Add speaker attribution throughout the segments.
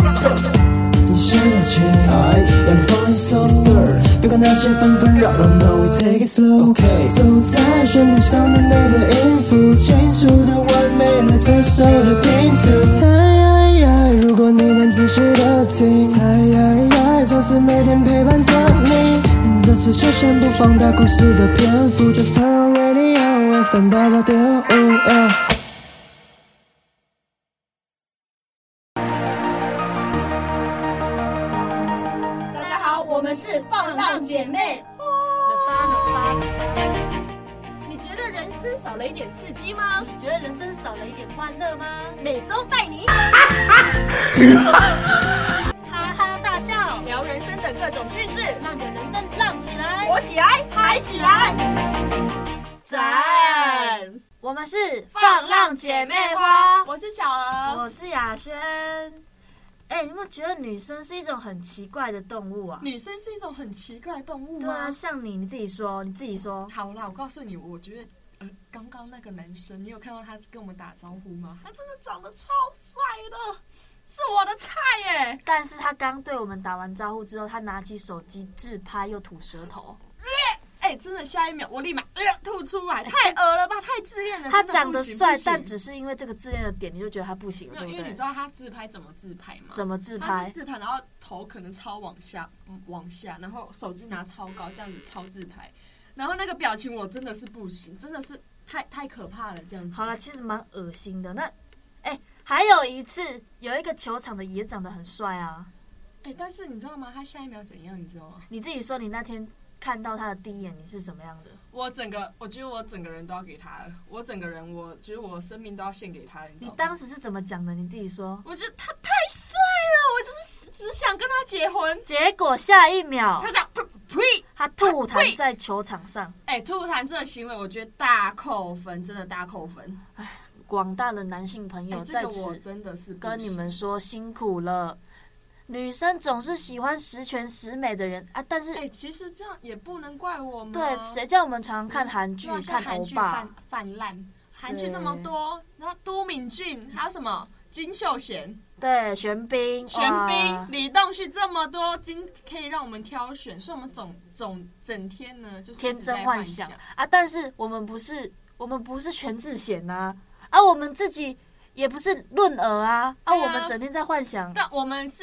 Speaker 1: 你深了情，I'm falling so slow。别管那些纷纷扰扰，No we take it slow。走在旋律上的每个音符，清楚的完美了这首的拼图。猜，如果你能仔细的听，猜，总是每天陪伴着你。这次就先不放大故事的篇幅，Just turn on radio FM 八八点五。哎
Speaker 2: 大家好，我们是放浪姐妹。你觉得人生少了一点刺激吗？
Speaker 3: 觉得人生少了一点欢乐吗？
Speaker 2: 每周带 你
Speaker 3: 哈哈大笑，
Speaker 2: 聊人生的各种趣事，
Speaker 3: 让你的人生浪起来。
Speaker 2: 火起来，嗨起来，赞！
Speaker 3: 我们是
Speaker 2: 放浪姐妹花，我是小娥。
Speaker 3: 我是雅轩。哎、你有没有觉得女生是一种很奇怪的动物啊？
Speaker 4: 女生是一种很奇怪的动物
Speaker 3: 对
Speaker 4: 吗
Speaker 3: 啊，？像你，你自己说，你自己说，
Speaker 4: 好啦，我告诉你，我觉得。呃，刚刚那个男生，你有看到他跟我们打招呼吗？他真的长得超帅的，是我的菜耶！
Speaker 3: 但是他刚对我们打完招呼之后，他拿起手机自拍又吐舌头。
Speaker 4: 哎、真的，下一秒我立马、呃、吐出 来，太恶了吧，太自恋了。
Speaker 3: 他
Speaker 4: 嗯真的
Speaker 3: 长
Speaker 4: 不
Speaker 3: 得
Speaker 4: 行
Speaker 3: 帅
Speaker 4: 不，行
Speaker 3: 但只是因为这个自恋的点，你就觉得他不行
Speaker 4: 没
Speaker 3: 了，
Speaker 4: 有，
Speaker 3: 对
Speaker 4: 因
Speaker 3: 不
Speaker 4: 为你知
Speaker 3: 对？
Speaker 4: 道他自拍怎么自拍吗？
Speaker 3: 怎么自
Speaker 4: 他
Speaker 3: 拍
Speaker 4: 是？自拍，然后头可能超往下，嗯往下，然后手机拿超高，这样子超自拍，然后那个表情我真的是不行，真的是太太可怕了，这样子。
Speaker 3: 好了，，其实蛮恶心的。那，哎、还有一次有一个球场的也长得很帅啊。
Speaker 4: 哎、但是你知道吗？他下一秒怎样？你知道吗？
Speaker 3: 你自己说，你那天看到他的第一眼，你是什么样的？
Speaker 4: 我整个，我觉得我整个人都要给他了，我整个人，我觉得我生命都要献给他了，你知
Speaker 3: 你
Speaker 4: 道吗？
Speaker 3: 当时是怎么讲的？你自己说。
Speaker 4: 我觉得他太帅了，我就是只想跟他结婚。
Speaker 3: 结果下 一秒
Speaker 4: 他，讲呸呸，
Speaker 3: 他吐痰在球 场上，
Speaker 4: 哎、吐痰这个行为，我觉得大扣分，真的大扣分。
Speaker 3: 广大的男性朋友
Speaker 4: 哎这
Speaker 3: 在
Speaker 4: 个我
Speaker 3: 此
Speaker 4: 真的是不
Speaker 3: 跟你
Speaker 4: 行
Speaker 3: 们说辛苦了。女生总是喜欢十全十美的人啊，但是
Speaker 4: 哎、其实这样也不能怪我们。啊
Speaker 3: 对，谁叫我们常看韩剧
Speaker 4: 对啊、像
Speaker 3: 看
Speaker 4: 韩
Speaker 3: 欧
Speaker 4: 剧
Speaker 3: 巴
Speaker 4: 泛？泛滥，韩剧这么多，然后都敏俊，还有什么金秀贤、
Speaker 3: 对，玄彬，
Speaker 4: 玄
Speaker 3: 哇
Speaker 4: 彬、李栋旭这么多金，可以让我们挑选，所以我们总总整天呢就是一
Speaker 3: 天
Speaker 4: 直在
Speaker 3: 真
Speaker 4: 幻
Speaker 3: 幻想啊！但是我们不是，我们不是全智贤呐、啊，啊，我们自己也不是论儿啊，啊，
Speaker 4: 对啊
Speaker 3: 我们整天在幻想。
Speaker 4: 但我们是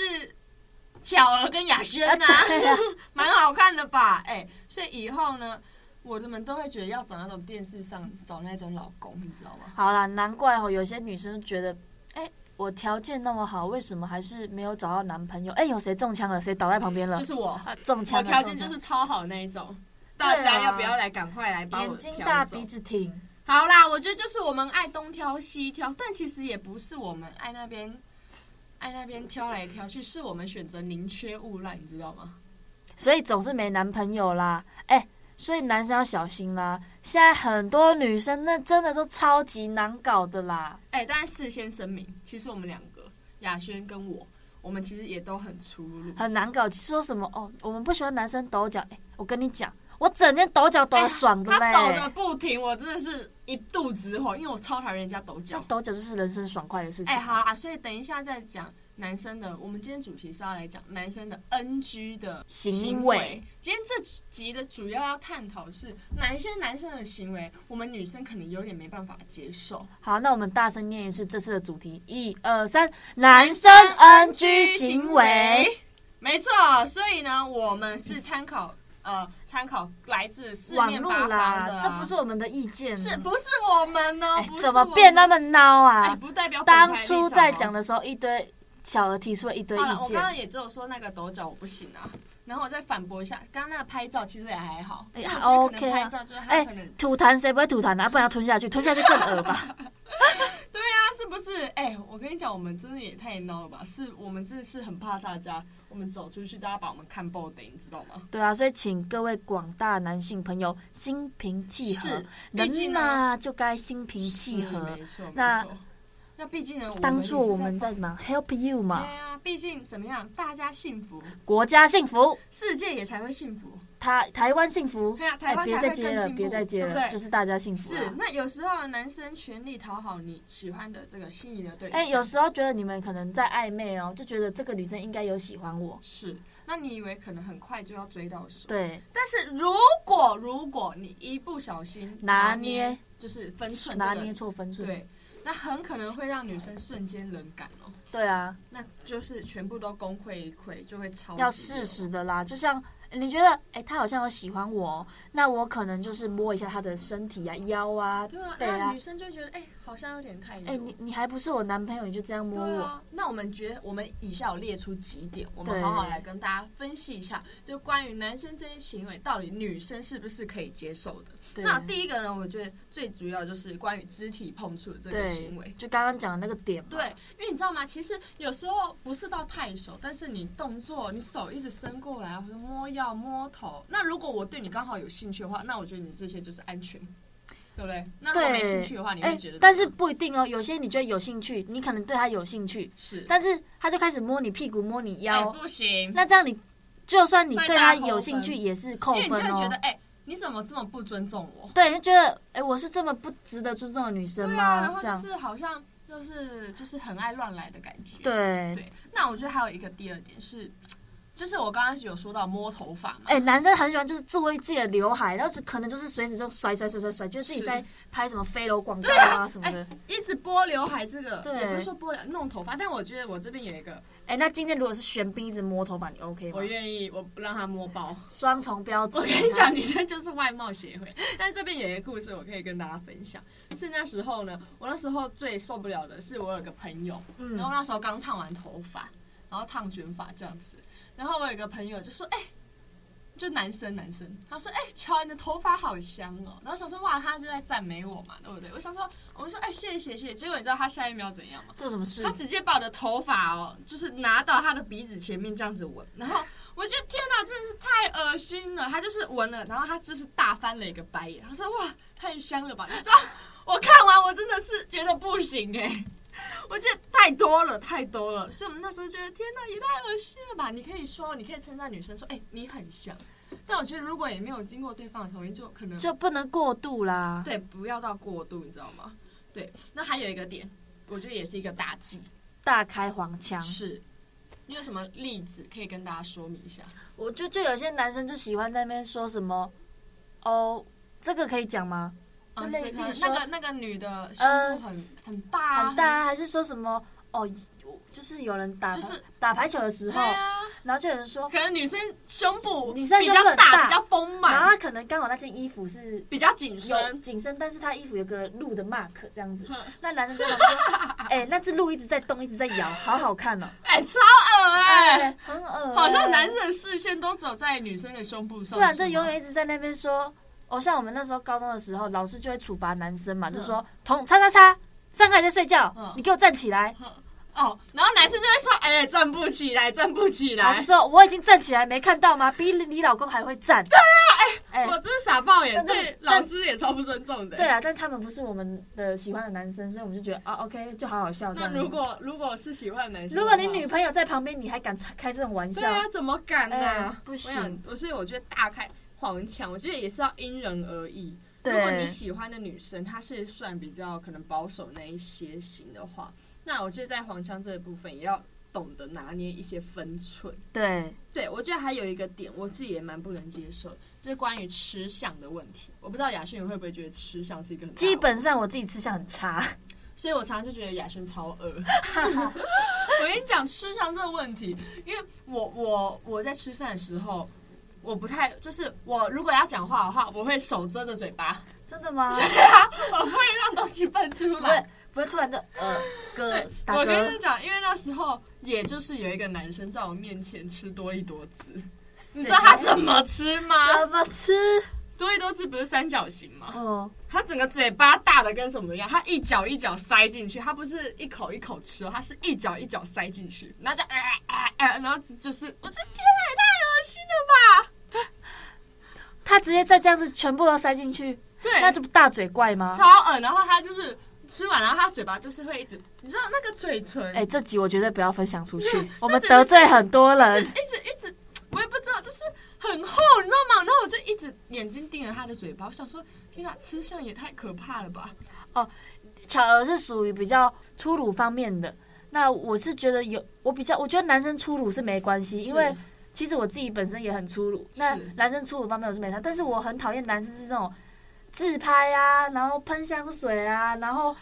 Speaker 4: 巧儿跟雅轩 啊，
Speaker 3: 对啊
Speaker 4: 蛮好看的吧？哎、所以以后呢，我们都会觉得要找那种电视上找那种老公，你知道吗？
Speaker 3: 好啦，难怪哦，有些女生觉得，哎、我条件那么好，为什么还是没有找到男朋友？哎、有谁中枪了？谁倒在旁边了？
Speaker 4: 就是我。
Speaker 3: 啊，中枪
Speaker 4: 我
Speaker 3: 了！
Speaker 4: 条件
Speaker 3: 中
Speaker 4: 就
Speaker 3: 枪
Speaker 4: 是超好那一种。
Speaker 3: 对啊
Speaker 4: 大家要不要来？赶快来把我
Speaker 3: 眼睛
Speaker 4: 挑
Speaker 3: 大，
Speaker 4: 走
Speaker 3: 鼻子挺。
Speaker 4: 好啦，我觉得就是我们爱东挑西挑，但其实也不是我们爱那边爱那边挑来挑去，是我们选择宁缺毋滥，你知道吗？
Speaker 3: 所以总是没男朋友啦。哎、所以男生要小心啦。现在很多女生那真的都超级难搞的啦。
Speaker 4: 哎、但是事先声明，其实我们两个雅轩跟我，我们其实也都很粗鲁。
Speaker 3: 很难搞。说什么哦，我们不喜欢男生抖脚。哎、我跟你讲，我整天抖脚抖
Speaker 4: 哎
Speaker 3: 的爽的嘞。
Speaker 4: 他抖的不停，我真的是一肚子火，因为我超讨厌人家抖脚
Speaker 3: 那。抖脚就是人生爽快的事情。
Speaker 4: 哎、好啦，所以等一下再讲男生的。我们今天主题是要来讲男生的 NG 的
Speaker 3: 行为
Speaker 4: 今天这集的主要要探讨是哪一些男生的行为，我们女生可能有点没办法接受。
Speaker 3: 好那我们大声念一次这次的主题：一二三，男生 NG 行为。，
Speaker 4: 没错。所以呢，我们是参考呃参考来自四
Speaker 3: 网
Speaker 4: 面
Speaker 3: 路
Speaker 4: 八方的
Speaker 3: 啦
Speaker 4: 啊、，
Speaker 3: 这不是我们的意见。
Speaker 4: 是不是我们呢？
Speaker 3: 哎、
Speaker 4: 不是
Speaker 3: 怎么
Speaker 4: 我
Speaker 3: 变
Speaker 4: 们
Speaker 3: 那么孬
Speaker 4: 哎、
Speaker 3: 啊？
Speaker 4: 不代表本台
Speaker 3: 当初
Speaker 4: 立场
Speaker 3: 在
Speaker 4: 哦
Speaker 3: 讲的时候，一堆小娥提出了一堆
Speaker 4: 好了，
Speaker 3: 意
Speaker 4: 我刚刚
Speaker 3: 见。哎
Speaker 4: 也只有说那个抖脚我不行啊，然后我再反驳一下，刚刚那个拍照其实也还好，
Speaker 3: 哎
Speaker 4: 因为
Speaker 3: 还
Speaker 4: 我觉得
Speaker 3: OK
Speaker 4: 可能拍
Speaker 3: 啊
Speaker 4: 照就是他
Speaker 3: 哎
Speaker 4: 可能、
Speaker 3: 吐痰谁不会吐痰啊？不然要吞下去，吞下去更恶吧？
Speaker 4: 对啊，是不是？哎、我跟你讲，我们真的也太孬了吧？是我们真的是很怕大家，我们走出去大家把我们看爆的，你知道吗？
Speaker 3: 对啊，所以请各位广大男性朋友心平气和，
Speaker 4: 是，毕竟
Speaker 3: 人
Speaker 4: 呢，
Speaker 3: 嘛就该心平气
Speaker 4: 是
Speaker 3: 和，
Speaker 4: 没错，没
Speaker 3: 那
Speaker 4: 错那毕竟呢，
Speaker 3: 当做我们
Speaker 4: 也是
Speaker 3: 在怎么样 help you 嘛，
Speaker 4: 对啊，毕竟怎么样，大家幸福，
Speaker 3: 国家幸福。
Speaker 4: 世界也才会幸福。
Speaker 3: 台台湾幸福
Speaker 4: 对，啊，台
Speaker 3: 哎，
Speaker 4: 湾
Speaker 3: 别
Speaker 4: 才
Speaker 3: 再
Speaker 4: 会
Speaker 3: 接
Speaker 4: 更
Speaker 3: 了，
Speaker 4: 进步，
Speaker 3: 别再接
Speaker 4: 对
Speaker 3: 了，
Speaker 4: 不
Speaker 3: 就
Speaker 4: 对？
Speaker 3: 是大家幸福啊
Speaker 4: 是
Speaker 3: 啦。，
Speaker 4: 那有时候男生全力讨好你喜欢的这个心仪的对象，
Speaker 3: 哎，有时候觉得你们可能在暧昧哦，就觉得这个女生应该有喜欢我。
Speaker 4: 是，那你以为可能很快就要追到手，
Speaker 3: 对，
Speaker 4: 但是如果如果你一不小心
Speaker 3: 拿
Speaker 4: 捏，
Speaker 3: 捏
Speaker 4: 就是分寸、这
Speaker 3: 拿
Speaker 4: 个，
Speaker 3: 捏错分寸。
Speaker 4: 对，那很可能会让女生瞬间冷感哦，
Speaker 3: 对啊，
Speaker 4: 那就是全部都功亏一篑，就会超级
Speaker 3: 要适时的啦。就像你觉得，哎、他好像有喜欢我、哦，那我可能就是摸一下他的身体啊、腰啊、
Speaker 4: 对啊，
Speaker 3: 背
Speaker 4: 那
Speaker 3: 啊
Speaker 4: 女。生就觉得哎、好像有点太
Speaker 3: 哎、
Speaker 4: 油
Speaker 3: 你你还不是我男朋友，你就这样摸
Speaker 4: 对
Speaker 3: 我？
Speaker 4: 啊，那我们觉得我们以下有列出几点，我们
Speaker 3: 对
Speaker 4: 好好来跟大家分析一下，就关于男生这些行为，到底女生是不是可以接受的？
Speaker 3: 对
Speaker 4: 那第一个呢，我觉得最主要就是关于肢体碰触的这个行为
Speaker 3: 对，。就刚刚讲的那个点嘛。
Speaker 4: 对，因为你知道吗？其实有时候不是到太熟，但是你动作，你手一直伸过来，或者摸腰、摸头。那如果我对你刚好有兴趣的话，那我觉得你这些就是安全，对不对？那如果没兴趣的话，你
Speaker 3: 哎、
Speaker 4: 会觉得怎么样、
Speaker 3: 但是不一定哦。有些你觉得有兴趣，你可能对他有兴趣，
Speaker 4: 是，
Speaker 3: 但是他就开始摸你屁股、摸你腰，
Speaker 4: 哎不行，
Speaker 3: 那这样你就算你
Speaker 4: 那
Speaker 3: 对
Speaker 4: 大
Speaker 3: 他
Speaker 4: 扣
Speaker 3: 有兴
Speaker 4: 分
Speaker 3: 趣，也是扣
Speaker 4: 因为
Speaker 3: 分
Speaker 4: 你就会觉
Speaker 3: 哦
Speaker 4: 得，。哎、你怎么这么不尊重我？
Speaker 3: 对，就觉得哎、我是这么不值得尊重的女生
Speaker 4: 对
Speaker 3: 吗？
Speaker 4: 啊，然后
Speaker 3: 这样
Speaker 4: 就是好像就是就是很爱乱来的感觉。
Speaker 3: 对
Speaker 4: 对，那我觉得还有一个第二点是，就是我刚刚有说到摸头发嘛，
Speaker 3: 哎、男生很喜欢就是自慰自己的刘海，然后就可能就是随时就甩甩甩甩甩，就是自己
Speaker 4: 是
Speaker 3: 在拍什么飞楼广告啊什 么的。哎、
Speaker 4: 一直拨刘海这个，
Speaker 3: 对
Speaker 4: 也不是说拨刘弄头发，但我觉得我这边有一个，
Speaker 3: 那今天如果是玄彬一直摸头发，你 OK 吗
Speaker 4: 我？愿意，我让他摸包。
Speaker 3: 双重标准，啊
Speaker 4: 我跟你讲，女生就是外貌协会。但这边有一个故事，我可以跟大家分享。是那时候呢，我那时候最受不了的是，我有个朋友，
Speaker 3: 嗯
Speaker 4: 然后那时候刚烫完头发，然后烫卷发这样子，然后我有一个朋友就说：“哎、就男生男生，他说：‘哎、乔，你的头发好香哦。’然后想说：‘哇，他就在赞美我嘛，对不对？’我想说，我们说：‘哎、谢谢谢谢。’结果你知道他下一秒怎样吗？
Speaker 3: 做什么事
Speaker 4: 他？直接把我的头发哦，就是拿到他的鼻子前面这样子闻，然后我觉得天哪，真的是太恶心了。他就是闻了，然后他就是大翻了一个白眼，他说哇，太香了吧！你知道，我看完我真的是觉得不行哎、 我觉得太多了，太多了，所以我们那时候觉得天哪，也太恶心了吧！你可以说，你可以称赞女生说，哎、你很香。但我觉得如果也没有经过对方的同意，就可能
Speaker 3: 就不能过度啦。
Speaker 4: 对，不要到过度，你知道吗？对，那还有一个点，我觉得也是一个大忌，
Speaker 3: 大开黄腔，
Speaker 4: 是，你有什么例子可以跟大家说明一下？
Speaker 3: 我就就有些男生就喜欢在那边说什么，哦，这个可以讲吗？就
Speaker 4: 啊
Speaker 3: 类
Speaker 4: 是
Speaker 3: 例
Speaker 4: 可能
Speaker 3: 如
Speaker 4: 那
Speaker 3: 说呃
Speaker 4: 个那个女的胸部很、很大啊
Speaker 3: 很大啊，还是说什么？哦，就是有人打
Speaker 4: 就是
Speaker 3: 打排球的时
Speaker 4: 很
Speaker 3: 候
Speaker 4: 对，啊，
Speaker 3: 然后就有人说，
Speaker 4: 可能女生胸部
Speaker 3: 女生
Speaker 4: 比
Speaker 3: 胸
Speaker 4: 较
Speaker 3: 部很大
Speaker 4: 比较丰
Speaker 3: 然后
Speaker 4: 满，
Speaker 3: 他可能刚好那件衣服是
Speaker 4: 比较紧
Speaker 3: 有
Speaker 4: 身，
Speaker 3: 紧身，但是他衣服有个鹿的 mark 这样子
Speaker 4: 哼，
Speaker 3: 那男生就想说， 哎、那只鹿一直在动，一直在摇，好好看哦，
Speaker 4: 哎、超恶哎、
Speaker 3: 哎，很恶、
Speaker 4: 好像男，生的视线都只有在女生的胸部上，
Speaker 3: 不然啊就是
Speaker 4: 吗
Speaker 3: 永远一直在那边说，哦，像我们那时候高中的时候，老师就会处罚男生嘛，
Speaker 4: 嗯
Speaker 3: 就说同叉叉叉，上课还在睡觉，
Speaker 4: 嗯
Speaker 3: 你给我站起来，
Speaker 4: 哦，然后男生就会说，哎、站不起来，站不起
Speaker 3: 老
Speaker 4: 来
Speaker 3: 师，说我已经站起来，没看到吗？比你老公还会站，对啊，哎、
Speaker 4: 我真是傻爆眼，
Speaker 3: 但是
Speaker 4: 对老
Speaker 3: 但
Speaker 4: 师也超不尊重的、
Speaker 3: 对啊，但他们不是我们的喜欢的男生，所以我们就觉得啊，OK，就好好笑这
Speaker 4: 那
Speaker 3: 样子。
Speaker 4: 如果如果是喜欢的男生的
Speaker 3: 如
Speaker 4: 话，
Speaker 3: 果你女朋友在旁边，你还敢开这种玩
Speaker 4: 对
Speaker 3: 笑？
Speaker 4: 啊，怎么敢呢、
Speaker 3: 哎不
Speaker 4: 我
Speaker 3: 行
Speaker 4: 想我所以我觉得大开黄腔，我觉得也是要因人而异。
Speaker 3: 对
Speaker 4: 如果你喜欢的女生她是算比较可能保守那一些型的话，那我觉得在黄腔这一部分也要懂得拿捏一些分寸。
Speaker 3: 对，
Speaker 4: 对，我觉得还有一个点，我自己也蛮不能接受，就是关于吃相的问题。我不知道雅轩你会不会觉得吃相是一个很大的
Speaker 3: 基本上我自己吃相很差。
Speaker 4: 所以我常常就觉得雅轩超 恶。我跟你讲，吃相这个问题，因为我我我在吃饭的时候，我不太就是我如果要讲话的话，我会手遮着嘴巴，
Speaker 3: 真的吗？
Speaker 4: 我不会让东西蹦出
Speaker 3: 不
Speaker 4: 来
Speaker 3: 会。，不会突然就呃
Speaker 4: 对
Speaker 3: 嗝打
Speaker 4: 我跟
Speaker 3: 嗝
Speaker 4: 你，讲，因为那时候也就是有一个男生在我面前吃多利多汁，你
Speaker 3: 你
Speaker 4: 知道他怎么吃吗？
Speaker 3: 怎么吃？
Speaker 4: 多利多汁不是三角形吗？
Speaker 3: 哦，
Speaker 4: 他整个嘴巴大的跟什么一样，他一脚一脚塞进去，他不是一口一口吃哦，他是一脚一脚塞进去，然后就啊啊啊，然后就是，我说天哪，也太恶心了吧？
Speaker 3: 他直接再这样子全部都塞进去，
Speaker 4: 对，
Speaker 3: 那这不大嘴怪吗？
Speaker 4: 超恶，然后他就是吃完，然后他嘴巴就是会一直，你知道那个嘴唇，
Speaker 3: 哎，这集我绝对不要分享 出去
Speaker 4: 对，
Speaker 3: 我们得罪很多
Speaker 4: 就
Speaker 3: 人。
Speaker 4: 一直一直，我也不知道，就是很厚，你知道吗？然后直眼睛盯着他的嘴巴，我想说，天哪，吃相也太可怕了吧！
Speaker 3: 巧儿是属于比较粗鲁方面的，那我是觉得有我比较，我觉得男生粗鲁是没关系，因为其实我自己本身也很粗鲁，那男生粗鲁方面我是没差，但是我很讨厌男生是那种自拍啊，然后喷香水啊，然后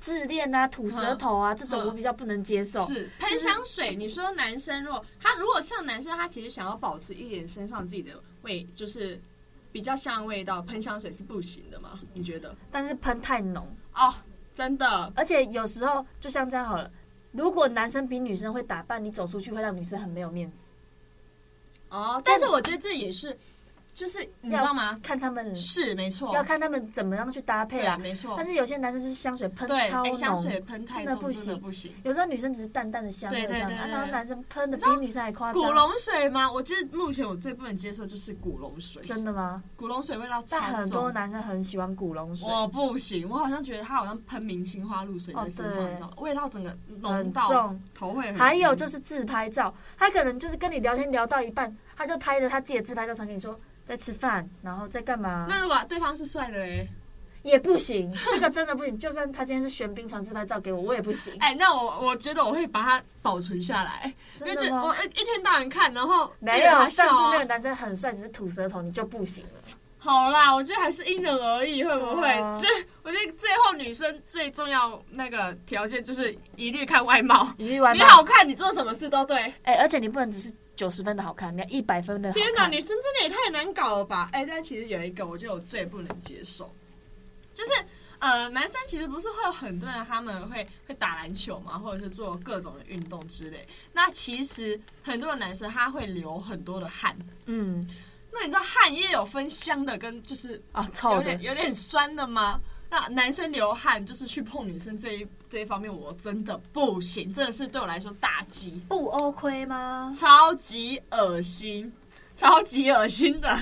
Speaker 3: 自恋啊、吐舌头啊、这种，
Speaker 4: 嗯
Speaker 3: 我比较不能接受。
Speaker 4: 是喷香水，你说男生如果他如果像男生，他其实想要保持一点身上自己的味，就是比较香的味道，喷香水是不行的吗？你觉得？
Speaker 3: 但是喷太浓，
Speaker 4: 哦，真的，
Speaker 3: 而且有时候就像这样好了，如果男生比女生会打扮，你走出去会让女生很没有面子。
Speaker 4: 哦，但是我觉得这也是，就是嗯你知道吗？
Speaker 3: 看他们
Speaker 4: 是哦没错，
Speaker 3: 要看他们怎么样去搭配
Speaker 4: 对
Speaker 3: 啦
Speaker 4: 啊，。没错
Speaker 3: 但，是有些男生就是哦香水喷
Speaker 4: 对，
Speaker 3: 超
Speaker 4: 哎，
Speaker 3: 浓，
Speaker 4: 香水喷太
Speaker 3: 真的
Speaker 4: 重
Speaker 3: 不
Speaker 4: 真的
Speaker 3: 行
Speaker 4: 不行。
Speaker 3: 有时候女生只是淡淡的香味
Speaker 4: 对
Speaker 3: 这
Speaker 4: 对
Speaker 3: 样，
Speaker 4: 对
Speaker 3: 啊
Speaker 4: 对
Speaker 3: 然后男生喷的比女生还夸
Speaker 4: 古
Speaker 3: 张。
Speaker 4: 龙水吗？我觉得目前我最不能接受就是古龙水，
Speaker 3: 真的吗？
Speaker 4: 古龙水味道超
Speaker 3: 但很多
Speaker 4: 重
Speaker 3: 男生很喜欢古龙水，
Speaker 4: 我不行，我好像觉得它好像喷明星花露水在身上，
Speaker 3: 哦对
Speaker 4: 你知道吗味道整个浓
Speaker 3: 很
Speaker 4: 到
Speaker 3: 重。
Speaker 4: 头会很晕。
Speaker 3: 还有就是自拍照，他可能就是跟你聊天聊到一半，他就拍了他自己的自拍照传给你说在吃饭，然后在干嘛，
Speaker 4: 那如果对方是帅的嘞，
Speaker 3: 也不行，这个真的不行。就算他今天是玄彬传自拍照给我，我也不行。
Speaker 4: 哎、那我我觉得我会把它保存下来，因为
Speaker 3: 真
Speaker 4: 就
Speaker 3: 的
Speaker 4: 我
Speaker 3: 吗？
Speaker 4: 一一天到晚看，然后
Speaker 3: 没
Speaker 4: 对着
Speaker 3: 有，
Speaker 4: 他
Speaker 3: 上
Speaker 4: 笑
Speaker 3: 次
Speaker 4: 啊
Speaker 3: 那个男生很帅，只是吐舌头，你就不行了。
Speaker 4: 好啦，我觉得还是因人而异，会不会
Speaker 3: 对啊？
Speaker 4: 这、我觉得最后女生最重要那个条件就是一律看外貌，
Speaker 3: 你去玩
Speaker 4: 你
Speaker 3: 吧。
Speaker 4: 好看，你做什么事都对。
Speaker 3: 哎、而且你不能只是九十分的好看，你要一百分的好看。
Speaker 4: 天哪，女生真的也太难搞了吧！哎、但其实有一个，我觉得我最不能接受，就是呃，男生其实不是会有很多人他们会会打篮球嘛，或者是做各种的运动之类。那其实很多的男生他会流很多的汗，
Speaker 3: 嗯
Speaker 4: 那你知道汗也有分香的跟就是
Speaker 3: 啊，
Speaker 4: 有
Speaker 3: 臭的
Speaker 4: 点。有点酸的吗？那男生流汗就是去碰女生这一这一方面，我真的不行，真的是对我来说大忌，
Speaker 3: 不 OK 吗？
Speaker 4: 超级恶心，超级恶心的。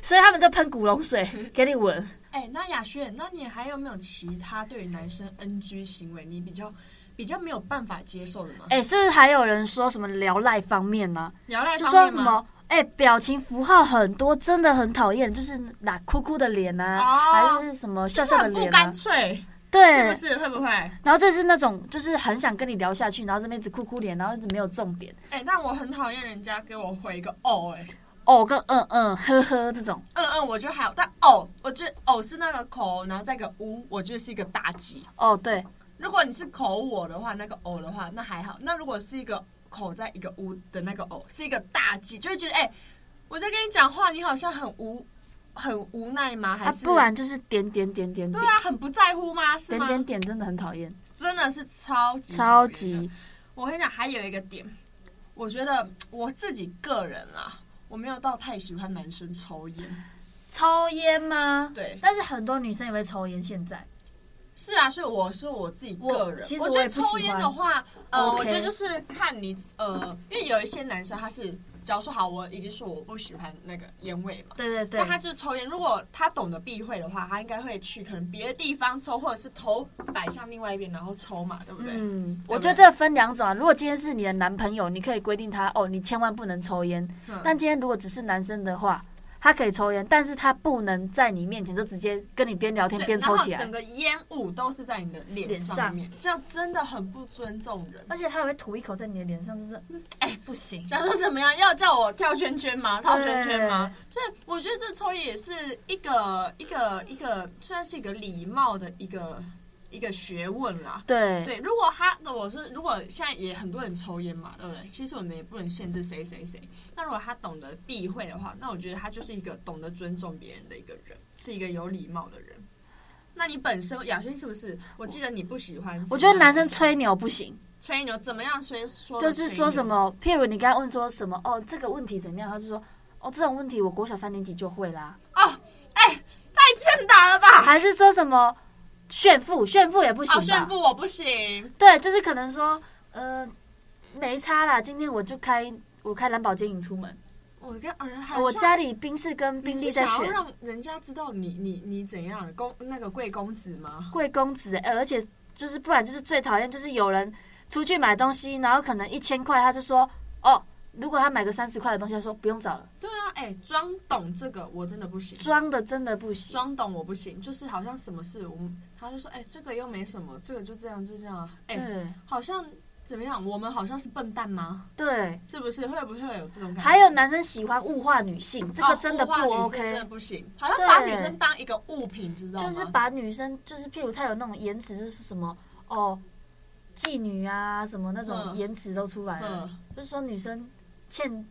Speaker 3: 所以他们就喷古龙水给你闻。
Speaker 4: 哎、那雅轩，那你还有没有其他对于男生 NG 行为你比较比较没有办法接受的吗？
Speaker 3: 哎、是不是还有人说什么聊赖方面呢、
Speaker 4: 聊赖
Speaker 3: 就
Speaker 4: 方
Speaker 3: 说
Speaker 4: 面
Speaker 3: 什
Speaker 4: 吗？
Speaker 3: 么哎、表情符号很多，真的很讨厌，就是那哭哭的脸啊，
Speaker 4: 哦
Speaker 3: 还是什么笑
Speaker 4: 就是
Speaker 3: 笑的
Speaker 4: 很不
Speaker 3: 脸啊
Speaker 4: 干，脆，是
Speaker 3: 对
Speaker 4: 不。是？会不会？哎、
Speaker 3: 然后这是那种就是很想跟你聊下去，然后这边一直哭哭脸，然后一直没有重点，
Speaker 4: 但哎我很讨厌人家给我回一个哦、哎，
Speaker 3: 哦跟嗯嗯呵呵这种，
Speaker 4: 嗯嗯，我觉得还好，但哦，我觉得哦是那个口，然后再一个呜，我觉得是一个大忌。
Speaker 3: 哦对，
Speaker 4: 如果你是口我的话，那个哦的话，那还好。那如果是一个口在一个呜的那个哦，是一个大忌，就会觉得哎、我在跟你讲话，你好像很无很无奈吗？还
Speaker 3: 啊
Speaker 4: 是、
Speaker 3: 不然就是点点点点
Speaker 4: 对
Speaker 3: 点
Speaker 4: 啊，很不在乎吗？是
Speaker 3: 点
Speaker 4: 吗？
Speaker 3: 点点，真的很讨厌，
Speaker 4: 真的是超级
Speaker 3: 超
Speaker 4: 讨厌的。
Speaker 3: 级
Speaker 4: 我跟你讲，还有一个点，我觉得我自己个人啊，我没有到太喜欢男生抽烟。
Speaker 3: 抽烟吗？
Speaker 4: 对，
Speaker 3: 但是很多女生也会抽烟，现在。
Speaker 4: 是啊，所以我是我自己个
Speaker 3: 我
Speaker 4: 人，
Speaker 3: 其实
Speaker 4: 我
Speaker 3: 我
Speaker 4: 觉
Speaker 3: 也
Speaker 4: 得
Speaker 3: 不喜
Speaker 4: 抽烟的话，呃
Speaker 3: OK
Speaker 4: 我觉得就是看你呃，因为有一些男生他是，假如说好，我已经说我不喜欢那个烟味嘛，
Speaker 3: 对对对
Speaker 4: 那，他就是抽烟。如果他懂得避讳的话，他应该会去可能别的地方抽，或者是头摆向另外一边然后抽嘛，对不对？
Speaker 3: 嗯，
Speaker 4: 对
Speaker 3: 我
Speaker 4: 不
Speaker 3: 觉得
Speaker 4: 对
Speaker 3: 这分两种啊。如果今天是你的男朋友，你可以规定他哦，你千万不能抽烟。
Speaker 4: 嗯
Speaker 3: 但今天如果只是男生的话，他可以抽烟，但是他不能在你面前就直接跟你边聊天
Speaker 4: 对
Speaker 3: 边抽起
Speaker 4: 然后整
Speaker 3: 来，
Speaker 4: 个烟雾都是在你的脸上面，这样真的很不尊重人。
Speaker 3: 而且他还会吐一口在你的脸上，就是嗯哎不行。
Speaker 4: 想说怎么样？要叫我跳圈圈吗？套圈圈吗？所以我觉得这抽烟也是一个一个一个，算是一个礼貌的一个一个学问啦。
Speaker 3: 对，
Speaker 4: 对，如果他我是如果现在也很多人抽烟嘛，对不对？其实我们也不能限制谁谁谁。那如果他懂得避讳的话，那我觉得他就是一个懂得尊重别人的一个人，是一个有礼貌的人。那你本身雅轩是不是？我记得你不喜欢。
Speaker 3: 我觉得男生吹牛不行，
Speaker 4: 吹牛怎么样吹？说的
Speaker 3: 就是
Speaker 4: 吹
Speaker 3: 说
Speaker 4: 牛
Speaker 3: 什么，譬如你刚才问说什么哦，这个问题怎么样？他就说哦，这种问题我国小三年级就会啦，
Speaker 4: 哦，哎、太欠打了吧！
Speaker 3: 啊还是说什么炫富，炫富也不行吧？
Speaker 4: 哦，炫富我不行。
Speaker 3: 对，就是可能说，呃，没差啦，今天我就开我开蓝宝坚影出门，
Speaker 4: 我跟哎呀，还
Speaker 3: 我
Speaker 4: 像
Speaker 3: 家里宾士跟
Speaker 4: 你
Speaker 3: 宾
Speaker 4: 是
Speaker 3: 利在
Speaker 4: 想要
Speaker 3: 选
Speaker 4: 让人家知道你你你怎样公那个贵公子吗？
Speaker 3: 贵公子、呃而且就是不然就是最讨厌就是有人出去买东西，然后可能一千块他就说，哦，如果他买个三十块的东西，他说不用找了，
Speaker 4: 对啊，哎，装懂这个我真的不行，
Speaker 3: 装的真的不行。
Speaker 4: 装懂我不行，就是好像什么事我们他就说，哎，这个又没什么，这个就这样就这样啊，哎，
Speaker 3: 对
Speaker 4: 好像怎么样？我们好像是笨蛋吗？
Speaker 3: 对，
Speaker 4: 是不是会不会有这种感觉？
Speaker 3: 还有男生喜欢物化女性，这个
Speaker 4: 哦
Speaker 3: 真的
Speaker 4: 物
Speaker 3: 不
Speaker 4: 化女生
Speaker 3: OK，、
Speaker 4: 真的不行，好像把
Speaker 3: 对
Speaker 4: 女生当一个物品，知道吗？
Speaker 3: 就是把女生，就是譬如她有那种颜值，就是什么哦，妓女啊，什么那种
Speaker 4: 嗯
Speaker 3: 颜值都出来了，
Speaker 4: 嗯
Speaker 3: 就是说女生欠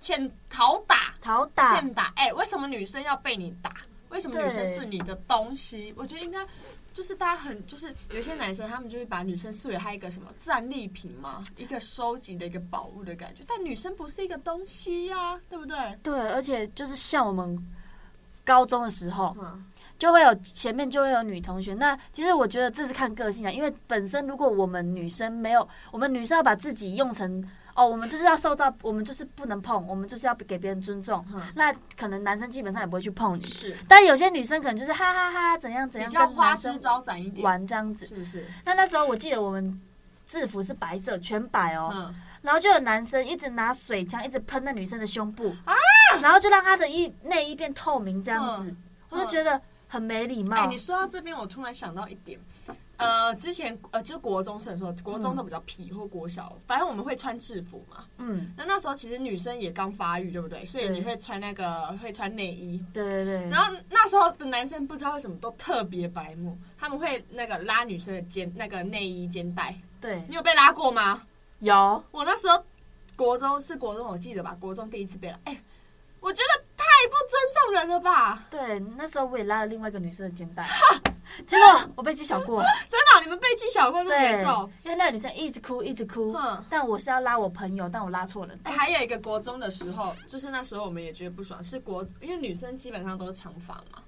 Speaker 4: 欠讨打，
Speaker 3: 讨打，
Speaker 4: 欠打。哎、为什么女生要被你打？为什么
Speaker 3: 对
Speaker 4: 女生是你的东西？我觉得应该就是大家很就是有一些男生他们就会把女生视为他一个什么战利品嘛，一个收集的一个宝物的感觉。但女生不是一个东西呀、对不对？
Speaker 3: 对，而且就是像我们高中的时候，
Speaker 4: 嗯，
Speaker 3: 就会有前面就会有女同学。那其实我觉得这是看个性啊，因为本身如果我们女生没有，我们女生要把自己用成哦，我们就是要受到，我们就是不能碰，我们就是要给别人尊重。
Speaker 4: 嗯
Speaker 3: 那可能男生基本上也不会去碰你，
Speaker 4: 是
Speaker 3: 但有些女生可能就是哈哈哈怎样怎
Speaker 4: 比
Speaker 3: 样
Speaker 4: 较
Speaker 3: 跟
Speaker 4: 花
Speaker 3: 男
Speaker 4: 枝
Speaker 3: 生
Speaker 4: 招展一点，
Speaker 3: 玩这样子。
Speaker 4: 是是，
Speaker 3: 那那时候我记得我们制服是白色，全白哦，
Speaker 4: 嗯，
Speaker 3: 然后就有男生一直拿水枪一直喷那女生的胸部啊，然后就让她的衣内衣变透明这样子，我就觉得很没礼貌。
Speaker 4: 嗯哎、你说到这边，我突然想到一点，呃，之前呃，就国中生的时候，国中都比较皮，或国小，反正我们会穿制服嘛。
Speaker 3: 嗯，
Speaker 4: 那那时候其实女生也刚发育，对不对？所以
Speaker 3: 对嗯
Speaker 4: 你会穿那个会穿内衣。
Speaker 3: 对对对，
Speaker 4: 然后那时候的男生不知道为什么都特别白目，他们会那个拉女生的肩那个内衣肩带。
Speaker 3: 对
Speaker 4: 你有被拉过吗？
Speaker 3: 有
Speaker 4: 我那时候国中是国中，我记得吧？国中第一次被拉，哎、我觉得太不尊重人了吧？
Speaker 3: 对，那时候我也拉了另外一个女生的肩带，结果我被击小 过，
Speaker 4: 真的啊、你们被记小过这么
Speaker 3: 对
Speaker 4: 严重？，
Speaker 3: 因为那个女生一直哭一直哭
Speaker 4: 嗯，
Speaker 3: 但我是要拉我朋友，但我拉错人，
Speaker 4: 哎，还有一个国中的时候，就是那时候我们也觉得不爽，是国因为女生基本上都是长发嘛，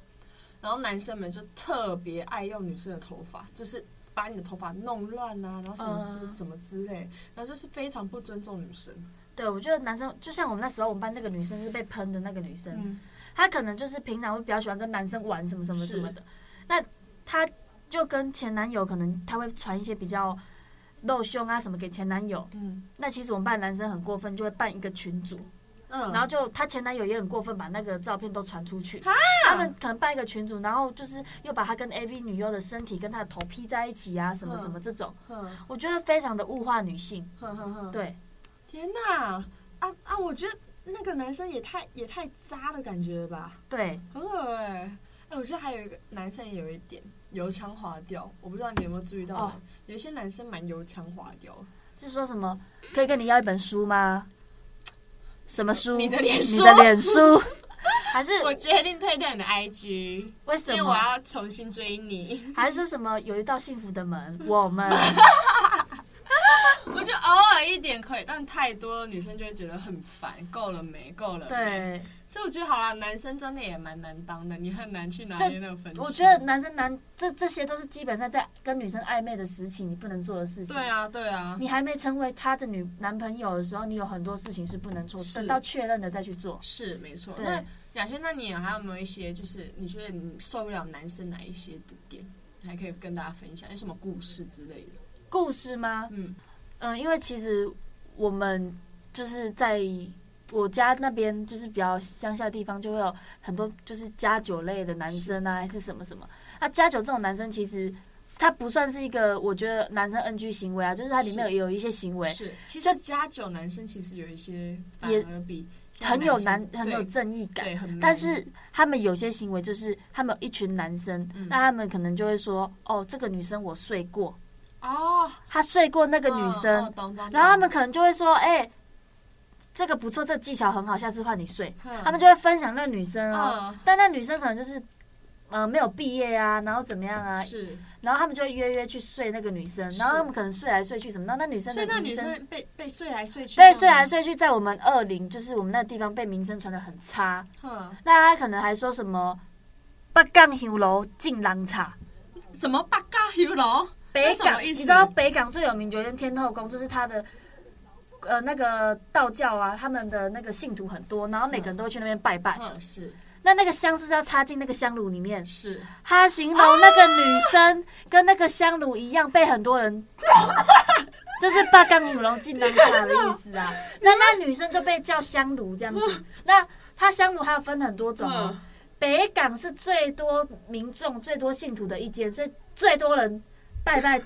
Speaker 4: 然后男生们就特别爱用女生的头发，就是把你的头发弄乱啊，然后什么之、
Speaker 3: 嗯
Speaker 4: 什么之类，然后就是非常不尊重女生。
Speaker 3: 对，我觉得男生就像我们那时候我们班那个女生，就是被喷的那个女生，
Speaker 4: 嗯
Speaker 3: 她可能就是平常会比较喜欢跟男生玩什么什么什么的，那她就跟前男友可能她会传一些比较露胸啊什么给前男友，
Speaker 4: 嗯
Speaker 3: 那其实我们班的男生很过分，就会办一个群组，
Speaker 4: 嗯，
Speaker 3: 然后就她前男友也很过分，把那个照片都传出去，他们可能办一个群组，然后就是又把她跟 AV 女优的身体跟她的头 P 在一起啊什么什么这种，
Speaker 4: 哼
Speaker 3: 我觉得非常的物化女性，
Speaker 4: 哼哼哼，
Speaker 3: 对。
Speaker 4: 天哪，啊啊，我觉得那个男生也太也太渣的感觉了吧，
Speaker 3: 对，
Speaker 4: 很恶哎、哎，我觉得还有一个男生也有一点油腔滑调，我不知道你有没有注意到，
Speaker 3: 哦
Speaker 4: 有一些男生蛮油腔滑调的。
Speaker 3: 是说什么？可以跟你要一本书吗？什么 书？
Speaker 4: 你的脸书
Speaker 3: 你的脸 书，还是
Speaker 4: 我决定退掉你的 IG，因
Speaker 3: 为什
Speaker 4: 为我
Speaker 3: 么？
Speaker 4: 要重新追你。
Speaker 3: 还是说什么有一道幸福 的门？我们
Speaker 4: 我就偶尔一点可以，但太多了女生就会觉得很烦。够了没？够了没。
Speaker 3: 对，
Speaker 4: 所以我觉得好啦，男生真的也蛮难当的，你很难去拿捏那个分数。
Speaker 3: 我觉得男生男这这些都是基本上在跟女生暧昧的时期你不能做的事情。
Speaker 4: 对啊，对啊，
Speaker 3: 你还没成为他的女男朋友的时候，你有很多事情是不能做，
Speaker 4: 是
Speaker 3: 等到确认了再去做。
Speaker 4: 是没错。
Speaker 3: 对
Speaker 4: 那雅轩，那你还有没有一些就是你觉得你受不了男生哪一些的点？你还可以跟大家分享有什么故事之类的？
Speaker 3: 故事吗？
Speaker 4: 嗯
Speaker 3: 嗯，因为其实我们就是在我家那边，就是比较乡下地方，就会有很多就是家酒类的男生啊，还是什么什么。那家酒这种男生，其实他不算是一个我觉得男生 NG 行为啊，就是他里面
Speaker 4: 是
Speaker 3: 有有一些行为
Speaker 4: 是，其
Speaker 3: 嗯这
Speaker 4: 实加九男生其实有一些反
Speaker 3: 也
Speaker 4: 而比
Speaker 3: 很有
Speaker 4: 像
Speaker 3: 男
Speaker 4: 生
Speaker 3: 很有
Speaker 4: 对
Speaker 3: 正义感，
Speaker 4: 对很嗯 man，
Speaker 3: 但是他们有些行为就是他们有一群男生，
Speaker 4: 嗯
Speaker 3: 那他们可能就会说，哦，这个女生我睡过，
Speaker 4: 哦，
Speaker 3: 他睡过那个女
Speaker 4: 哦
Speaker 3: 生，
Speaker 4: 哦懂懂懂
Speaker 3: 然后他们可能就会说，哎、这个不错，这个技巧很好，下次换你睡。
Speaker 4: 嗯
Speaker 3: 他们就会分享那女生哦，
Speaker 4: 嗯
Speaker 3: 但那女生可能就是。呃，没有毕业呀、然后怎么样啊？
Speaker 4: 是，
Speaker 3: 然后他们就会约约去睡那个女生，
Speaker 4: 是
Speaker 3: 然后他们可能睡来睡去什么，然后那女生
Speaker 4: 所
Speaker 3: 的
Speaker 4: 以那
Speaker 3: 名
Speaker 4: 女
Speaker 3: 声
Speaker 4: 生被被睡来睡去，
Speaker 3: 被睡来，睡去，在我们二零就是我们那个地方被名声传的很差。
Speaker 4: 嗯，
Speaker 3: 那他可能还说什么“北港香楼进狼茶”，
Speaker 4: 什么八嘎油楼，
Speaker 3: 北
Speaker 4: 那什
Speaker 3: 港，
Speaker 4: 么意
Speaker 3: 你
Speaker 4: 思
Speaker 3: 知道北港最有名酒店天后宫，就是它的呃那个道教啊，他们的那个信徒很多，然后每个人都会去那边拜拜。
Speaker 4: 嗯，是
Speaker 3: 那那个香是不是要插进那个香炉里面？
Speaker 4: 是，
Speaker 3: 他形容那个女 生跟那个香炉一样，被很多人。就是八 杠女龙进灯塔的意思啊，那那女生就被叫香炉这样子。那它香炉还有分很多种哦。
Speaker 4: 嗯
Speaker 3: 北港是最多民众、最多信徒的一间，所以最多人拜拜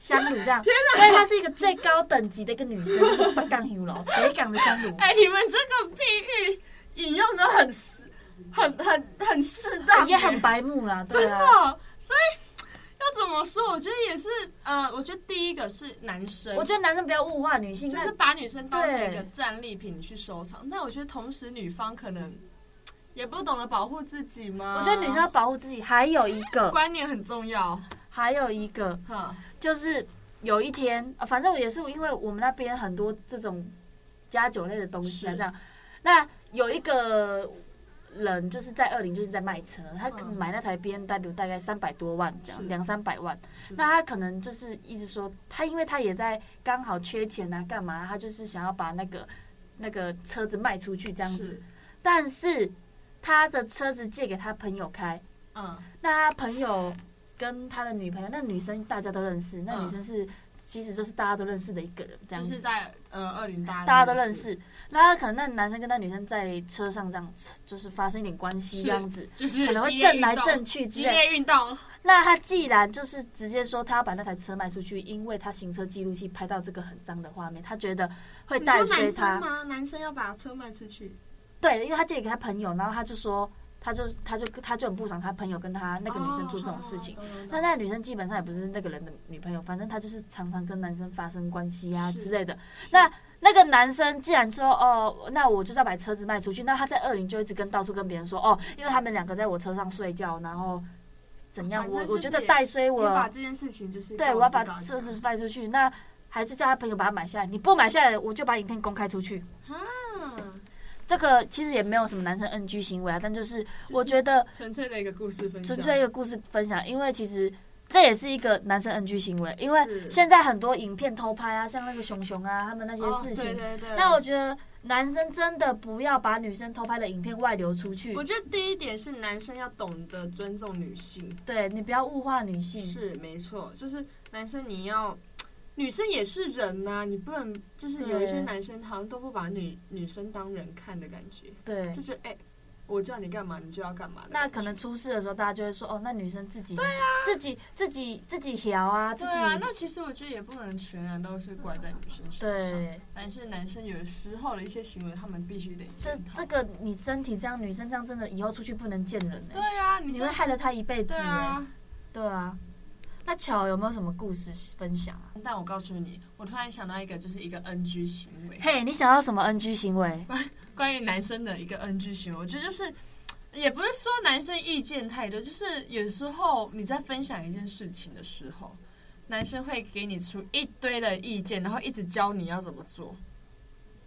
Speaker 3: 香炉 这样，所以它是一个最高等级的一个女生，就是北 港香炉，北港的香炉。
Speaker 4: 哎、你们这个譬喻引用的很适很很很适当、
Speaker 3: 哎
Speaker 4: 欸
Speaker 3: 也很白目啦，对
Speaker 4: 真
Speaker 3: 啊，
Speaker 4: 的，所以要怎么说？我觉得也是，呃，我觉得第一个是男生，
Speaker 3: 我觉得男生不要物化女性，
Speaker 4: 就
Speaker 3: 那
Speaker 4: 是把女生当成一个
Speaker 3: 对
Speaker 4: 战利品去收藏。但我觉得同时女方可能也不懂得保护自己吗？
Speaker 3: 我觉得女生要保护自己。还有一个，
Speaker 4: 观念很重要，
Speaker 3: 还有一个
Speaker 4: 哈，
Speaker 3: 就是有一天，啊反正我也是因为我们那边很多这种加酒类的东西啊，
Speaker 4: 是
Speaker 3: 这样。那有一个人就是在二零就是在卖车，他
Speaker 4: 嗯
Speaker 3: 买那台 B N W 大概三百多万这
Speaker 4: 是嗯
Speaker 3: 样，两三百万。
Speaker 4: 是
Speaker 3: 那他可能就是一直说，他因为他也在刚好缺钱啊，干嘛？他就是想要把那个那个车子卖出去这样子。
Speaker 4: 是，
Speaker 3: 但是他的车子借给他朋友开，
Speaker 4: 嗯，
Speaker 3: 那他朋友跟他的女朋友，那女生大家都认识，那
Speaker 4: 嗯
Speaker 3: 女生是、其实就是大家都认识的一个人，这样
Speaker 4: 就
Speaker 3: 子、
Speaker 4: 是在呃二零大
Speaker 3: 大家都认，识。那他可能那男生跟那女生在车上这样，就是发生一点关系
Speaker 4: 是
Speaker 3: 这样子，
Speaker 4: 就是
Speaker 3: 可能会
Speaker 4: 激烈
Speaker 3: 震来
Speaker 4: 运动
Speaker 3: 震去之
Speaker 4: 激
Speaker 3: 类。
Speaker 4: 烈运动，
Speaker 3: 那他既然就是直接说他要把那台车卖出去，因为他行车记录器拍到这个很脏的画面，他觉得会
Speaker 4: 你
Speaker 3: 带
Speaker 4: 说
Speaker 3: 衰
Speaker 4: 男生。
Speaker 3: 他
Speaker 4: 吗？男生要把车卖出去，
Speaker 3: 对，因为他借给他朋友，然后他就说，他就他就他就很不爽，他朋友跟他那个女生做这种事情。
Speaker 4: 哦。懂懂
Speaker 3: 那
Speaker 4: 懂
Speaker 3: 那女生基本上也不是那个人的女朋友，反正她就是常常跟男生发生关系啊
Speaker 4: 是
Speaker 3: 之类的。那那个男生既然说哦，那我就是要把车子卖出去，那他在二零就一直跟到处跟别人说哦，因为他们两个在我车上睡觉，然后怎样，
Speaker 4: 反
Speaker 3: 我
Speaker 4: 正
Speaker 3: 我
Speaker 4: 就是
Speaker 3: 觉得带衰
Speaker 4: 你把
Speaker 3: 我，
Speaker 4: 这件事情就是
Speaker 3: 对我要把
Speaker 4: 告知
Speaker 3: 车
Speaker 4: 大家
Speaker 3: 子卖出去，那还是叫他朋友把它买下来。你不买下来，我就把影片公开出去。
Speaker 4: 啊，
Speaker 3: 这个其实也没有什么男生 NG 行为啊，但就是
Speaker 4: 是
Speaker 3: 我觉得
Speaker 4: 纯粹的一个故事分享，
Speaker 3: 纯粹一个故事分享，因为其实这也是一个男生 NG 行为，因
Speaker 4: 是
Speaker 3: 为现在很多影片偷拍啊，像那个熊熊啊，他们那些
Speaker 4: 哦
Speaker 3: 事情，
Speaker 4: 对对对。
Speaker 3: 那我觉得男生真的不要把女生偷拍的影片外流出去
Speaker 4: 我，觉得第一点是男生要懂得尊重女性，
Speaker 3: 对你不要物化女性，
Speaker 4: 是没错，就是男生你要。女生也是人呐、你不能就是有一些
Speaker 3: 对
Speaker 4: 男生好像都不把女女生当人看的感觉，
Speaker 3: 对
Speaker 4: 就。觉得哎、我叫你干嘛你就要干嘛的
Speaker 3: 那
Speaker 4: 感觉。
Speaker 3: 可能出事的时候，大家就会说哦，那女生自己、自己自己自己调啊，自
Speaker 4: 啊对
Speaker 3: 己
Speaker 4: 啊，那其实我觉得也不能全然都是怪在女生身上，
Speaker 3: 对，
Speaker 4: 但是男生有时候的一些行为，他们必须得
Speaker 3: 这
Speaker 4: 检讨
Speaker 3: 这个你身体这样，女生这样真的以后出去不能见人、欸。
Speaker 4: 对啊，你
Speaker 3: 你
Speaker 4: 这
Speaker 3: 会害了他一辈子、
Speaker 4: 对
Speaker 3: 欸。
Speaker 4: 啊。
Speaker 3: 对啊。那巧有没有什么故事分享啊？
Speaker 4: 但我告诉你，我突然想到一个，就是一个 NG 行为，
Speaker 3: 嘿、你想要什么 NG 行为？
Speaker 4: 关于男生的一个 NG 行为，我觉得就是。也不是说男生意见太多，就是有时候你在分享一件事情的时候，男生会给你出一堆的意见，然后一直教你要怎么做。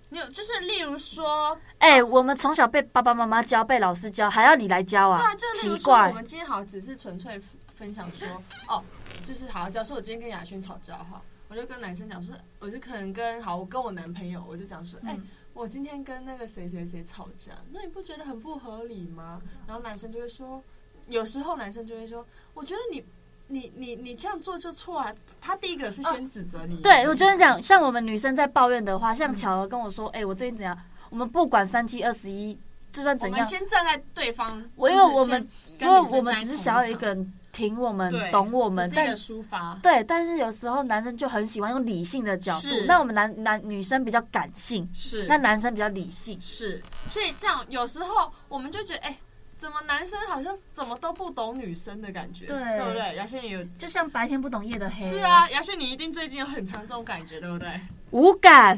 Speaker 4: 你有就是例如说，
Speaker 3: 哎、我们从小被爸爸妈妈教，被老师教，还要你来教啊？
Speaker 4: 对啊，就是例
Speaker 3: 奇
Speaker 4: 如说，
Speaker 3: 怪
Speaker 4: 我，们今天好像只是纯粹分享说，哦，就是好，假如说我今天跟雅轩吵架哈，我就跟男生讲说，我就可能跟好，我跟我男朋友，我就讲说，
Speaker 3: 嗯
Speaker 4: 哎、我今天跟那个谁谁谁吵架，那你不觉得很不合理吗？然后男生就会说，有时候男生就会说，我觉得你。你你你这样做就错啊！他第一个是先指责你，
Speaker 3: 嗯对我就是讲，像我们女生在抱怨的话，
Speaker 4: 嗯
Speaker 3: 像巧儿跟我说，哎、我最近怎样？我们不管三七二十一，就算
Speaker 4: 我
Speaker 3: 怎
Speaker 4: 们
Speaker 3: 样，
Speaker 4: 先站在对方，
Speaker 3: 我因为
Speaker 4: 就是
Speaker 3: 我
Speaker 4: 先
Speaker 3: 们因
Speaker 4: 跟
Speaker 3: 为
Speaker 4: 女生
Speaker 3: 我们
Speaker 4: 站在
Speaker 3: 只是
Speaker 4: 同
Speaker 3: 想要有
Speaker 4: 一
Speaker 3: 一
Speaker 4: 场
Speaker 3: 个人挺我们
Speaker 4: 对、
Speaker 3: 懂我
Speaker 4: 这，
Speaker 3: 们
Speaker 4: 是一
Speaker 3: 但
Speaker 4: 个抒发，
Speaker 3: 对，但是有时候男生就很喜欢用理性的角度
Speaker 4: 是，
Speaker 3: 那我们男男女生比较感性，
Speaker 4: 是
Speaker 3: 那男生比较理性。
Speaker 4: 是，所以这样有时候我们就觉得，哎、怎么男生好像怎么都不懂女生的感觉，
Speaker 3: 对
Speaker 4: 不对？牙轩也有，
Speaker 3: 就像白天不懂夜的黑。
Speaker 4: 是，啊，牙轩你一定最近有很长这种感觉，对不对？
Speaker 3: 无感。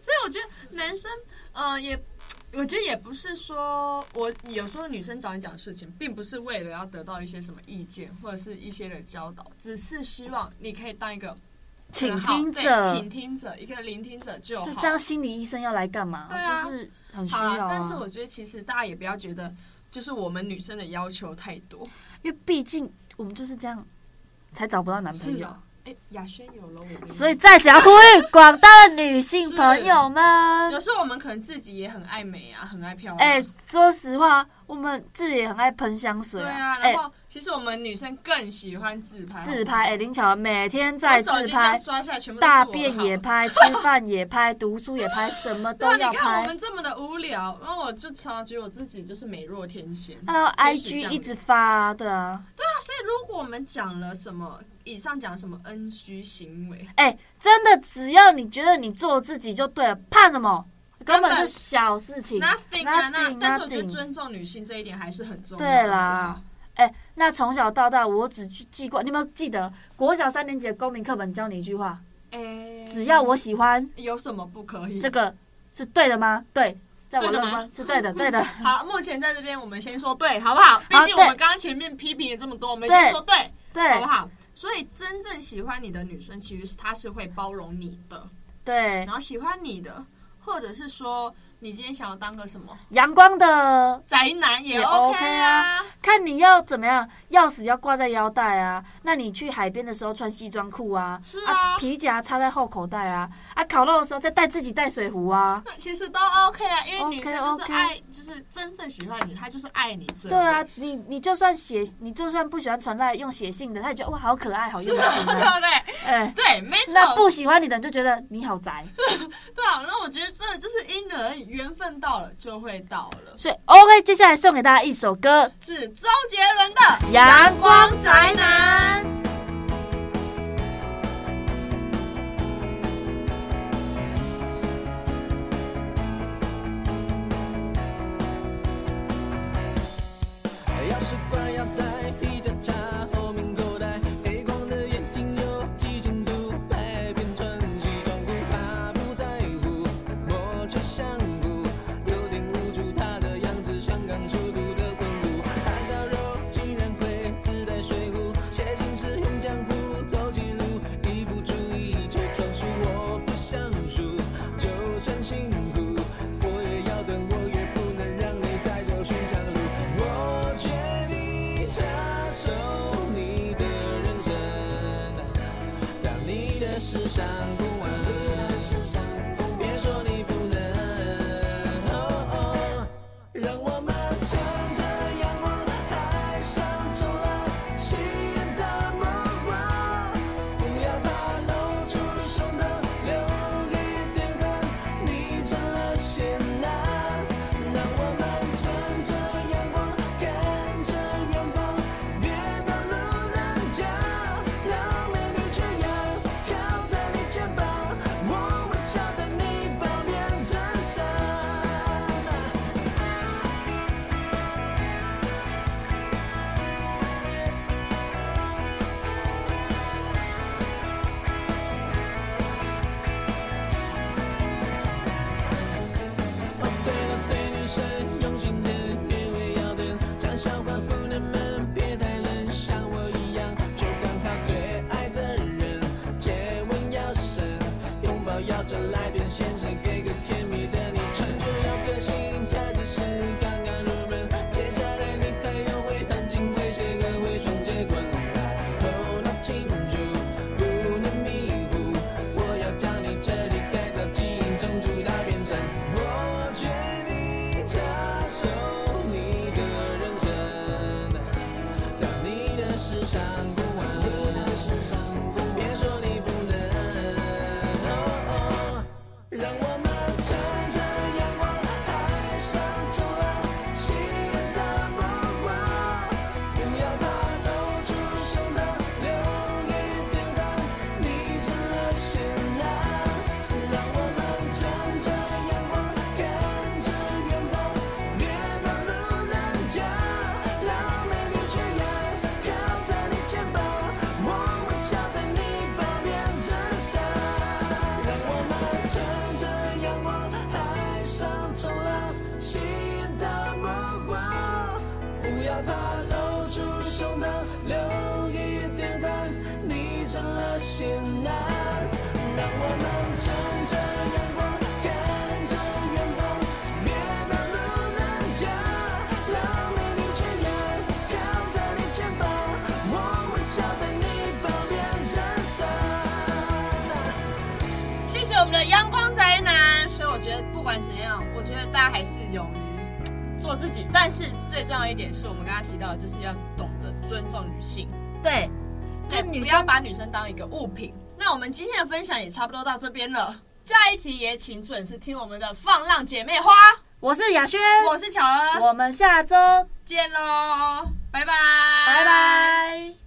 Speaker 4: 所以我觉得男生，呃，也。我觉得也不是说，我有时候女生找你讲事情，并不是为了要得到一些什么意见或者是一些的教导，只是希望你可以当一个
Speaker 3: 请
Speaker 4: 很好
Speaker 3: 听
Speaker 4: 对
Speaker 3: 者，
Speaker 4: 倾听者，一个聆听者就好。
Speaker 3: 就这样，心理医生要来干嘛？
Speaker 4: 对啊
Speaker 3: 就是很需
Speaker 4: 好
Speaker 3: 要、
Speaker 4: 啦
Speaker 3: 啊。
Speaker 4: 但是我觉得其实大家也不要觉得，就是我们女生的要求太多。
Speaker 3: 因为毕竟我们就是这样，才找不到男朋
Speaker 4: 是
Speaker 3: 友。
Speaker 4: 啊，哎、雅轩有了我们，
Speaker 3: 所以再次要呼吁广大的女性朋友们，
Speaker 4: 有时候我们可能自己也很爱
Speaker 3: 哎
Speaker 4: 美啊，很爱漂亮。
Speaker 3: 哎、说实话，我们自己也很爱喷香水
Speaker 4: 对
Speaker 3: 啊。
Speaker 4: 啊，
Speaker 3: 哎、
Speaker 4: 然后其其实我们女生更喜欢自拍，哦
Speaker 3: 自拍，哎、林巧每天在
Speaker 4: 我手
Speaker 3: 自
Speaker 4: 机这样
Speaker 3: 拍，
Speaker 4: 刷下来全部都是我
Speaker 3: 大
Speaker 4: 的
Speaker 3: 便
Speaker 4: 号
Speaker 3: 也 拍，吃饭也拍，读书也拍，什么都
Speaker 4: 对啊，
Speaker 3: 要
Speaker 4: 你看我
Speaker 3: 拍。
Speaker 4: 们这么的无聊，然后我就察觉我自己就是美若天仙。
Speaker 3: 然后
Speaker 4: 也许这
Speaker 3: IG
Speaker 4: 样
Speaker 3: 一直发、啊，对啊，
Speaker 4: 那所以如果我们讲了什么，以上讲什么恩虚行为，
Speaker 3: 哎、真的，只要你觉得你做自己就对了，怕什么？
Speaker 4: 根
Speaker 3: 根
Speaker 4: 本
Speaker 3: 本就小事情。
Speaker 4: nothing 啊，那
Speaker 3: nothing，
Speaker 4: 但是我觉得
Speaker 3: nothing
Speaker 4: 尊重女性这一点还是很重要。
Speaker 3: 对啦，哎、那从小到大，我只去记过，你有没有记得国小三年级的公民课本教你一句话：
Speaker 4: 好不好，哎，
Speaker 3: 只要我喜欢
Speaker 4: 有什么不可以？
Speaker 3: 这个，是对的吗？对，在我
Speaker 4: 对的
Speaker 3: 乐
Speaker 4: 吗
Speaker 3: 观是对 的，对的。
Speaker 4: 好，目前在这边我们先说对，好不好？毕
Speaker 3: 好
Speaker 4: 竟我们
Speaker 3: 对
Speaker 4: 刚刚前面批评了这么多，我们
Speaker 3: 对
Speaker 4: 先说对，
Speaker 3: 对
Speaker 4: 好不好？所以真正喜欢你的女生，其实是她是会包容你的，
Speaker 3: 对
Speaker 4: 然，后喜欢你的，或者是说你今天想要当个什么
Speaker 3: 阳光的
Speaker 4: 宅男也
Speaker 3: 也
Speaker 4: OK
Speaker 3: OK
Speaker 4: 啊
Speaker 3: 啊。看你要怎么样，钥匙要挂在腰带啊，那你去海边的时候穿西装裤啊，
Speaker 4: 是啊
Speaker 3: 啊皮夹插在后口袋啊，啊烤肉的时候再带自己带水壶啊，
Speaker 4: 那其实都 OK 啊，因为女生就是
Speaker 3: OK，OK
Speaker 4: 爱就是真正喜欢你，她就是爱你真的。
Speaker 3: 对啊，你你就算写，你就算不喜欢传赖用写信的，他也觉得哇好可爱，好
Speaker 4: 是
Speaker 3: 用
Speaker 4: 的，对
Speaker 3: 心
Speaker 4: 不
Speaker 3: 啊，
Speaker 4: 对？
Speaker 3: 哎。
Speaker 4: 对，没错。
Speaker 3: 那不喜欢你的人就觉得你好宅，
Speaker 4: 对啊，那我觉得真的就是因人而异，缘分到了就会到了。
Speaker 3: 所以 OK，接下来送给大家一首歌，
Speaker 4: 是周杰伦的《
Speaker 3: 阳光
Speaker 4: 宅男》。
Speaker 1: 钥匙挂腰带，皮夹插后面口袋，黑框的眼睛有几千度，来边穿西装裤，他不在乎，我却想哭，有点无助，他的样子像刚出炉的温度，汉堡肉竟然会自带水壶，写信时用浆糊走几路，一不注意就专属，我不想输，就算辛苦，我也要等，我也不能让你再走寻常路。我决定插手你的人生，当你的世上不完。别说你不能，哦哦让我们乘着阳光，海上冲浪，吸引的目光。不要怕露出胸膛，留一点汗，你成了仙男。让我们乘着阳光，看着远方，别当路人甲，让美女缺氧，靠在你肩膀，我微笑在你旁边衬衫。哦，对了，对女生用心点，约会要点，讲笑话不能闷，别太冷，像我一样，就刚好对爱的人，接吻要深，拥抱要早来点，先生给个甜蜜的昵称，就要个性，价值是刚刚入门，接下来你还要会弹琴，会写歌，会双截棍，头脑清楚，不能迷糊，我要将你彻底改造，基因重组到变身。我决定插手你的人生，当你的世上不完，别说你不能。哦哦让我们乘着阳光，海上冲浪，吸引的目光。不要怕露出胸膛，留一点汗，你成了仙男。让我们乘着阳光，看着远方，别当路人甲，让美女缺氧，靠在你肩膀，我微笑在你旁边衬衫。让我们乘着阳光，海上冲浪，吸引的目光。不要怕露出胸膛，留一点汗，你成了仙男。让我们乘着阳光，看着远方，别当路人甲，让美女缺氧，靠在你肩膀，我微笑在你旁边衬衫。
Speaker 4: 谢谢我们的阳光宅男。所以我觉得不管怎样，我觉得大家还是勇于做自己，但是最重要一点是我们刚刚提到，的，就是要懂得尊重女性，
Speaker 3: 对，就
Speaker 4: 对
Speaker 3: 女
Speaker 4: 不要
Speaker 3: 生
Speaker 4: 把女生当一个物品。那我们今天的分享也差不多到这边了，下一期也请准时听我们的《放浪姐妹花》，
Speaker 3: 我是雅轩，
Speaker 4: 我是巧儿，
Speaker 3: 我们下周
Speaker 4: 见喽，拜拜，拜
Speaker 3: 拜拜。